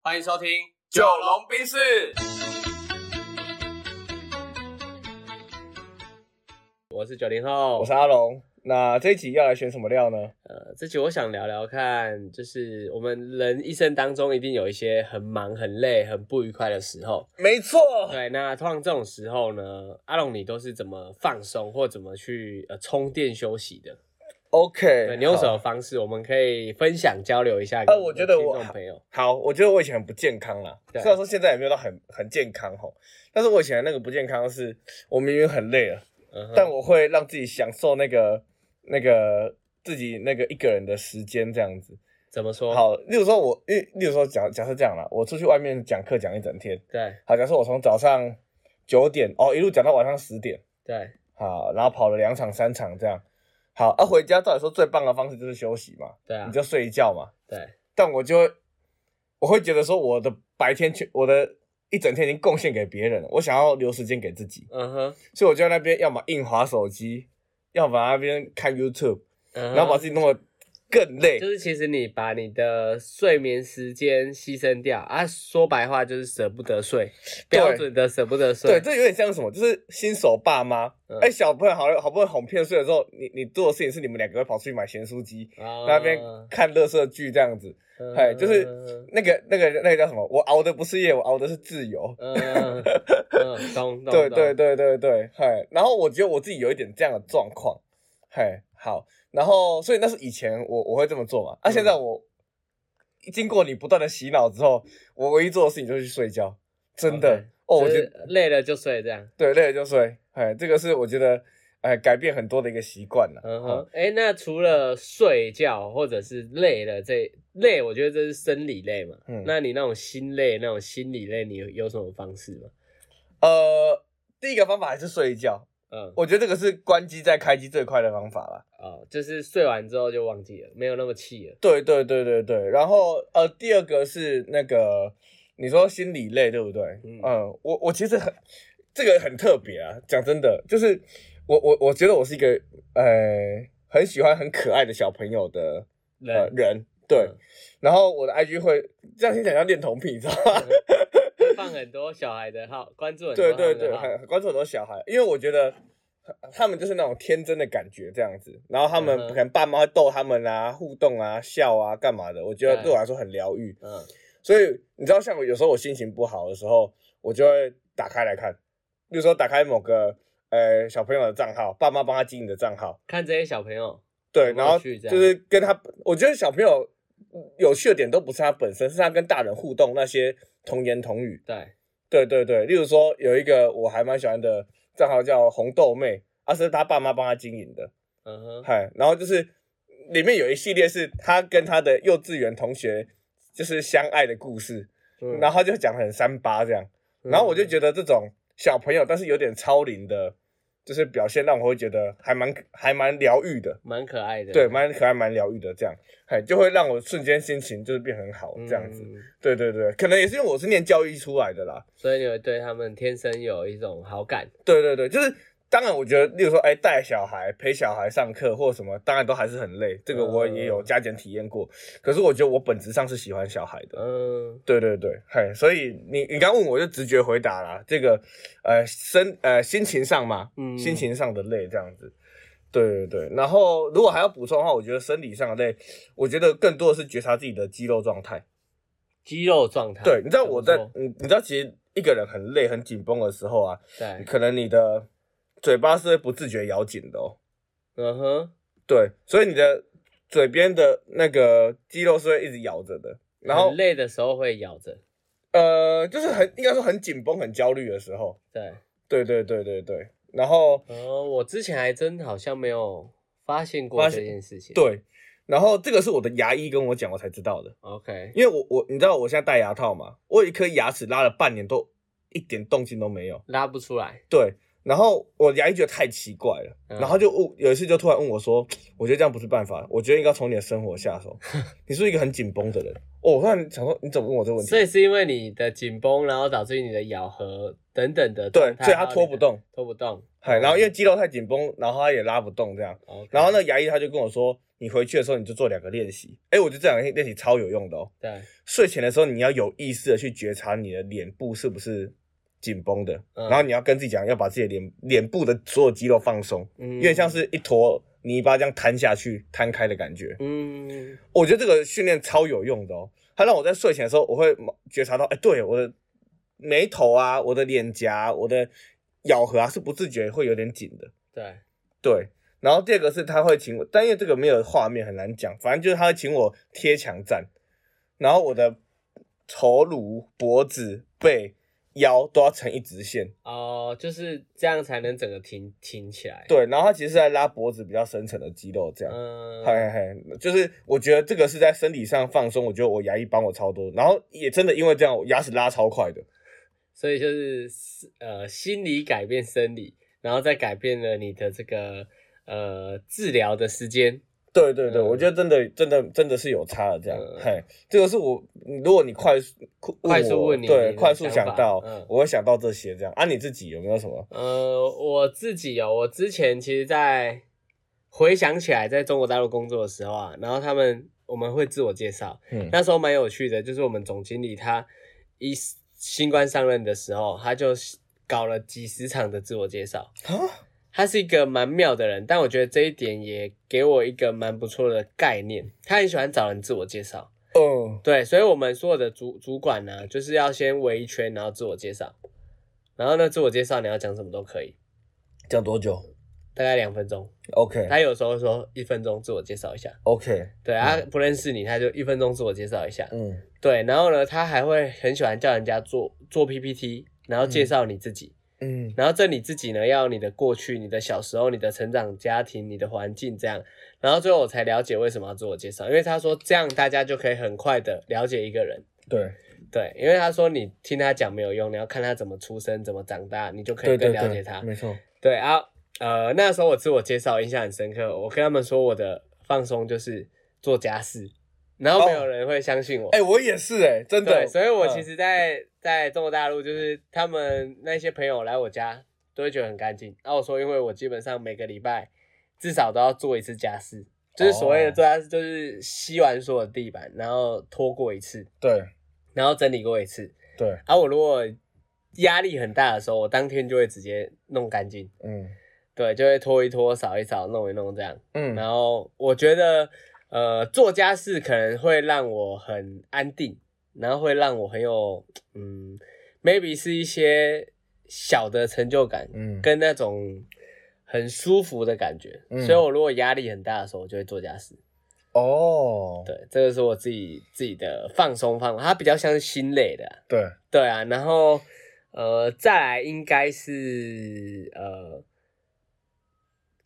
欢迎收听《九龙冰室。我是九零后，我是阿龙。那这一集要来选什么料呢？呃，这集我想聊聊看，就是我们人一生当中一定有一些很忙、很累、很不愉快的时候。没错，对，那通常这种时候呢，阿龙你都是怎么放松或怎么去呃充电休息的？对 OK，你用什好么方式？我们可以分享交流一下。呃我觉得我听众朋友，好，我觉得我以前很不健康啦，对虽然说现在也没有到很很健康吼，但是我以前那个不健康是，我明明很累了，嗯哼但我会让自己享受那个那个自己那个一个人的时间这样子。怎么说？，好，例如说我，例例如说假假设这样啦，我出去外面讲课讲一整天，对好，假设我从早上九点哦一路讲到晚上十点，对，好，然后跑了两场三场这样，好，啊回家照理说最棒的方式就是休息嘛，对啊你就睡一觉嘛，对，但我就会我会觉得说我的白天去我的一整天已经贡献给别人了，我想要留时间给自己，嗯哼，所以我就在那边要么硬滑手机，要么那边看 YouTube，嗯哼然后把自己弄得更累就。是其实你把你的睡眠时间牺牲掉啊，说白话就是舍不得睡，对标准的舍不得睡。对，这有点像什么？就是新手爸妈，哎、嗯小朋友好好不容易哄骗睡了之后，你你做的事情是你们两个会跑出去买咸酥鸡，啊，那边看乐色剧这样子。嗯哎就是那个、那个、那个叫什么？我熬的不是夜，我熬的是自由。嗯 嗯嗯，懂懂，对对懂，对对对，嗨，然后我觉得我自己有一点这样的状况，嗨，好，然后所以那是以前我我会这么做嘛，啊，嗯现在我、经过你不断的洗脑之后，我唯一做的事情就是去睡觉，真的哦，OK，我就觉是得累了就睡这样。对累了就睡，哎，这个是我觉得哎改变很多的一个习惯了，嗯哼，哎，那除了睡觉或者是累了这累，我觉得这是生理累嘛。嗯那你那种心累、那种心理累，你有有什么方式吗？呃，第一个方法还是睡觉，嗯，我觉得这个是关机再开机最快的方法啦。哦，就是睡完之后就忘记了，没有那么气了。对对对对对，然后呃，第二个是那个你说心理类对不对？嗯嗯，我我其实很这个很特别啊，讲真的，就是我我我觉得我是一个呃很喜欢很可爱的小朋友的呃人人，对，嗯然后我的 IG 会这样听起来像恋童癖，你知道吗？放很多小孩的号，关注很 多对他对们对，哎的号。很很关注很多小孩，因为我觉得他们就是那种天真的感觉这样子，然后他们嗯哼可能爸妈会逗他们啊，互动啊，笑啊，干嘛的，我觉得对对我来说很疗愈。嗯，所以你知道，像我有时候我心情不好的时候，我就会打开来看，比如说打开某个呃小朋友的账号，爸妈帮他经营的账号，看这些小朋友，对，有没然有后趣这就样是跟他，我觉得小朋友有趣的点都不是他本身，是他跟大人互动那些童言童语。对，对对对，例如说有一个我还蛮喜欢的账号叫红豆妹，啊是他爸妈帮他经营的，嗯哼，嗨，然后就是里面有一系列是他跟他的幼稚园同学就是相爱的故事。嗯然后他就讲得很三八这样，然后我就觉得这种小朋友，但是有点超龄的，就是表现让我会觉得还蛮还蛮疗愈的，嗯蛮可爱的，对，蛮可爱蛮疗愈的这样，哎，就会让我瞬间心情就是变很好嗯这样子，对对对，可能也是因为我是念教育出来的啦，所以你会对他们天生有一种好感。对对对，就是当然我觉得，例如说哎带小孩陪小孩上课或什么，当然都还是很累，这个我也有嗯加减体验过，可是我觉得我本质上是喜欢小孩的，嗯，对对对，嘿，所以你你刚问我就直觉回答啦，这个呃身呃心情上嘛，嗯心情上的累这样子，对对对。然后如果还要补充的话，我觉得生理上的累，我觉得更多的是觉察自己的肌肉状态。肌肉状态。对，你知道怎么我在说你你知道其实一个人很累很紧绷的时候啊，对，可能你的嘴巴是会不自觉咬紧的哦。嗯哼，对，所以你的嘴边的那个肌肉是会一直咬着的。然后很累的时候会咬着。呃，就是很应该说很紧绷、很焦虑的时候。对，对对对对对，然后哦，我之前还真好像没有发现过发这现件事情。对，然后这个是我的牙医跟我讲，我才知道的， ，OK，因为我我你知道我现在戴牙套嘛，我有一颗牙齿拉了半年都一点动静都没有，拉不出来。对，然后我牙医觉得太奇怪了，嗯然后就问有一次就突然问我说，我觉得这样不是办法，我觉得应该从你的生活下 手，你是不是一个很紧绷的人，哦，我突然想说你怎么问我这个问题所？以是因为你的紧绷，然后导致你的咬合等等的对状，态，所以还他有拖你不的，动，拖不动。嗨，然后因为肌肉太紧绷，然后他也拉不动这样， OK，然后那个牙医他就跟我说，你回去的时候你就做两个练习。哎，我觉得这两个练习超有用的哦。对，睡前的时候你要有意识的去觉察你的脸部是不是紧绷的，嗯然后你要跟自己讲要把自己的脸脸部的所有肌肉放松，嗯，有点像是一坨泥巴这样摊下去摊开的感觉。嗯，我觉得这个训练超有用的哦，它让我在睡前的时候，我会觉察到，哎，对我的眉头啊，我的脸颊，我的咬合啊，是不自觉会有点紧的。对，对，然后第二个是他会请我，但因为这个没有画面很难讲，反正就是他会请我贴墙站，然后我的头颅、脖子、背、腰都要成一直线。哦，就是这样才能整个挺挺起来。，对，然后他其实是在拉脖子比较深层的肌肉，这样。嗯，嗨嗨嗨，就是我觉得这个是在身体上放松，我觉得我牙医帮我超多，然后也真的因为这样，我牙齿拉超快的。所以就是呃，心理改变生理，然后再改变了你的这个呃治疗的时间。对对对，嗯我觉得真的真的真的是有差的这样。嗯嗨，这个是我，如果你快速快速我问你对，你的快速想想法到，嗯我会想到这些这样。啊，你自己有没有什么？呃，我自己哦，我之前其实，在回想起来，在中国大陆工作的时候啊，然后他们我们会自我介绍，嗯那时候蛮有趣的，就是我们总经理他一新官上任的时候，他就搞了几十场的自我介绍。啊，他是一个蛮妙的人，但我觉得这一点也给我一个蛮不错的概念。他很喜欢找人自我介绍，哦，对，所以我们所有的主主管呢、就是要先围一圈，然后自我介绍，然后呢，自我介绍你要讲什么都可以，讲多久大概两分钟。 ？OK 他有时候说一分钟自我介绍一下， OK，对，他不认识你，他就一分钟自我介绍一下，嗯对，然后呢，他还会很喜欢叫人家做做 PPT，然后介绍你自己。嗯然后这你自己呢，要你的过去、你的小时候、你的成长家庭、你的环境这样，然后最后我才了解为什么要自我介绍，因为他说这样大家就可以很快的了解一个人。对对，因为他说你听他讲没有用，你要看他怎么出生、怎么长大，你就可以对更对了解他。对，没错，对啊，呃，那时候我自我介绍印象很深刻，我跟他们说我的放松就是做家事，然后没有哦人会相信我。哎，我也是哎，真的 对，，所以我嗯其实在，在中国大陆，就是他们那些朋友来我家，都会觉得很干净。然后我说，因为我基本上每个礼拜至少都要做一次家事，就是所谓的哦做家事，就是吸完所有地板，然后拖过一次，对然后整理过一次。对，然后我如果压力很大的时候，我当天就会直接弄干净，嗯对，就会拖一拖、扫一扫、弄一弄这样。嗯然后我觉得，呃，做家事可能会让我很安定，然后会让我很有，嗯，maybe 是一些小的成就感，嗯，跟那种很舒服的感觉。嗯所以我如果压力很大的时候，我就会做家事。哦，对，这个是我自己自己的放松方法，它比较像是心累的啊、对，对啊，然后呃，再来应该是呃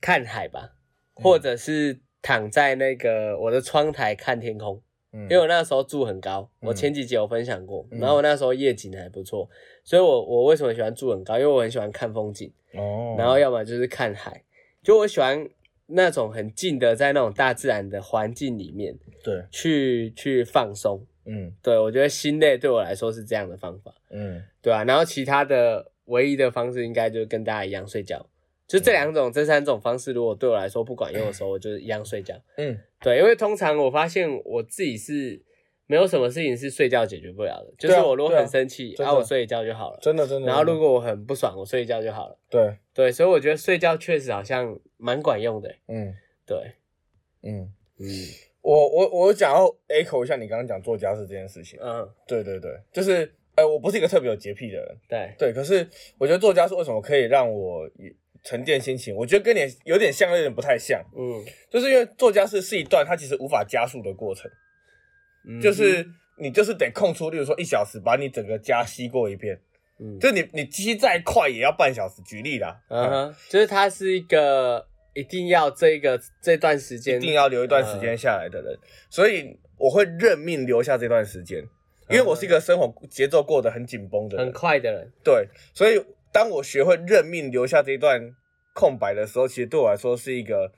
看海吧，嗯或者是躺在那个我的窗台看天空，嗯因为我那时候住很高，我嗯前几集有分享过，嗯然后我那时候夜景还不错，所以我我为什么喜欢住很高？因为我很喜欢看风景，哦，然后要么就是看海，就我喜欢那种很近的，在那种大自然的环境里面对，去去放松。嗯对我觉得心累对我来说是这样的方法。嗯对啊，然后其他的唯一的方式应该就是跟大家一样睡觉，就这两种、这三种方式，如果对我来说不管用的时候，我就是一样睡觉。嗯，对，因为通常我发现我自己是没有什么事情是睡觉解决不了的，就对是啊我如果对啊很生气，真啊，我的睡一觉就好了。真的真的，然后真的如果我很不爽，我睡一觉就好了。对，对，所以我觉得睡觉确实好像蛮管用的。嗯对，嗯。嗯我我我想要 echo 一下你刚刚讲做家事这件事情。嗯，对对对，就是呃，我不是一个特别有洁癖的人，对，对，可是我觉得做家事为什么可以让我沉淀心情？我觉得跟你有点像，有点不太像，嗯就是因为做家事是一段它其实无法加速的过程，嗯，就是你就是得空出，例如说一小时，把你整个家吸过一遍，嗯，就你你吸再快也要半小时。举例啦，嗯哼，就是它是一个一定要这个这段时间一定要留一段时间下来的人，所以我会任命留下这段时间，因为我是一个生活节奏过得很紧绷的人，很快的人。对，所以当我学会认命留下这一段空白的时候，其实对我来说是一个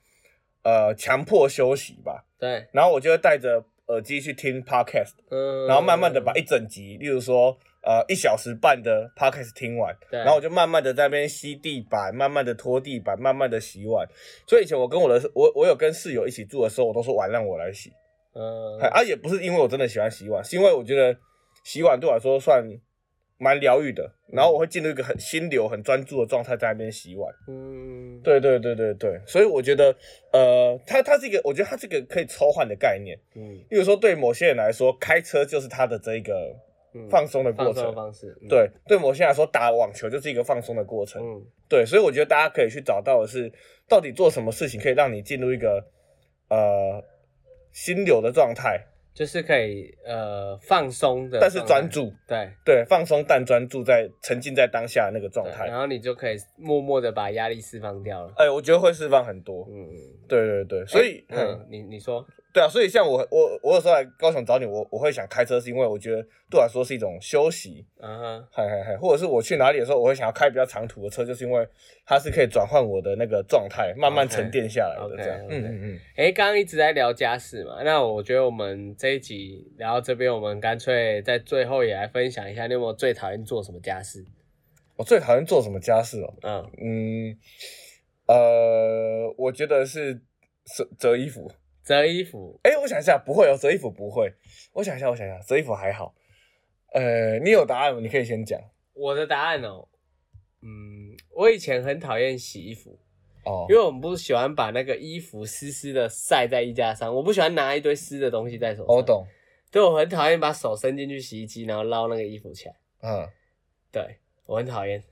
呃强迫休息吧。对，然后我就会带着耳机去听 podcast，嗯，然后慢慢的把一整集，例如说呃一小时半的 podcast 听完，对，然后我就慢慢的在那边吸地板，慢慢的拖地板，慢慢的洗碗。所以以前我跟我的我我有跟室友一起住的时候，我都说碗让我来洗，嗯，啊也不是因为我真的喜欢洗碗，是因为我觉得洗碗对我来说算蛮疗愈的，嗯然后我会进入一个很心流、很专注的状态在那边洗碗。嗯，对对对对对，所以我觉得呃，它它是一个，我觉得它是一个可以抽换的概念。嗯，例如说，对某些人来说，开车就是他的这一个嗯，放松的过放松的程。方式，嗯，对，对某些人来说，打网球就是一个放松的过程。嗯对，所以我觉得大家可以去找到的是，到底做什么事情可以让你进入一个呃心流的状态，就是可以呃放松的，但是专，注，对对，放松但专注在沉浸在当下的那个状对，态。然后你就可以默默的把压力释放掉了。哎，我觉得会释放很多。嗯嗯，对对对，所以、嗯嗯，你你说，对啊，所以像我我我有时候来高雄找你，我我会想开车，是因为我觉得对我来说是一种休息，嗯哼，嗨嗨嗨，或者是我去哪里的时候，我会想要开比较长途的车，就是因为它是可以转换我的那个状态，慢慢 OK，沉淀下来的 OK，这样。 OK 嗯嗯嗯，哎，刚刚一直在聊家事嘛，那我觉得我们这一集聊到这边，我们干脆在最后也来分享一下，你有没有最讨厌做什么家事？我最讨厌做什么家事哦，嗯，嗯，呃，我觉得是折折衣服。折衣服，哎，我想一下，不会哦，折衣服不会。我想一下，我想一下，折衣服还好。呃，你有答案吗？你可以先讲。我的答案哦，嗯，我以前很讨厌洗衣服，哦因为我们不喜欢把那个衣服湿湿的晒在衣架上，我不喜欢拿一堆湿的东西在手上。哦我。懂，对，我很讨厌把手伸进去洗衣机，然后捞那个衣服起来。嗯。对我很讨厌。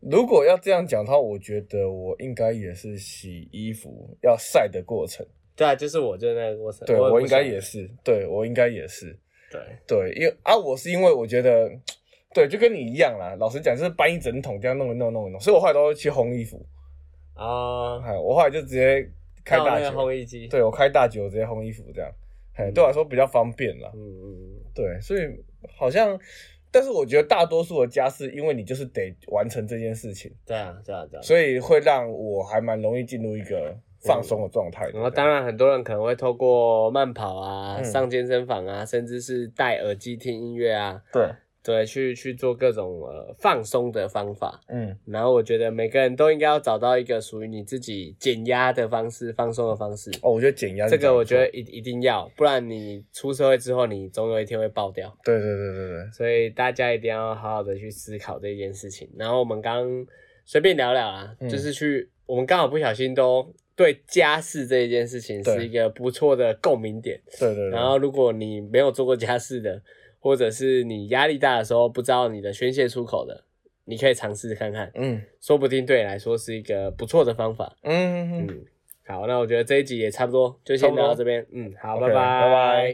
如果要这样讲的话，我觉得我应该也是洗衣服要晒的过程。对啊，就是我就那个过程。对我我应该也是，对我应该也是，不喜欢对。对，因为啊，我是因为我觉得，对，就跟你一样啦。老实讲，就是搬一整桶这样弄一弄弄一弄，所以我后来都会去烘衣服。啊，哎，我后来就直接开到大那个酒，烘衣机。。对我开大酒直接烘衣服这样，哎，嗯对我来说比较方便啦。嗯嗯嗯。对，所以好像，但是我觉得大多数的家事，因为你就是得完成这件事情。对啊，对啊，对啊。所以会让我还蛮容易进入一个放松的状态的。然后嗯当然，很多人可能会透过慢跑啊、嗯上健身房啊，甚至是戴耳机听音乐啊，对，对，去去做各种呃放松的方法。嗯，然后我觉得每个人都应该要找到一个属于你自己减压的方式、放松的方式。哦，我觉得减压是这个我觉得不错，一一定要，不然你出社会之后，你总有一天会爆掉。对对对对对，所以大家一定要好好的去思考这件事情。然后我们刚随便聊聊啊，嗯就是去我们刚好不小心都对家事这一件事情对是一个不错的共鸣点。对对对，然后如果你没有做过家事的，或者是你压力大的时候不知道你的宣泄出口的，你可以尝试看看。嗯说不定对你来说是一个不错的方法。嗯嗯嗯。嗯，好，那我觉得这一集也差不多，就差先不聊到多这边。嗯，好 OK，拜拜拜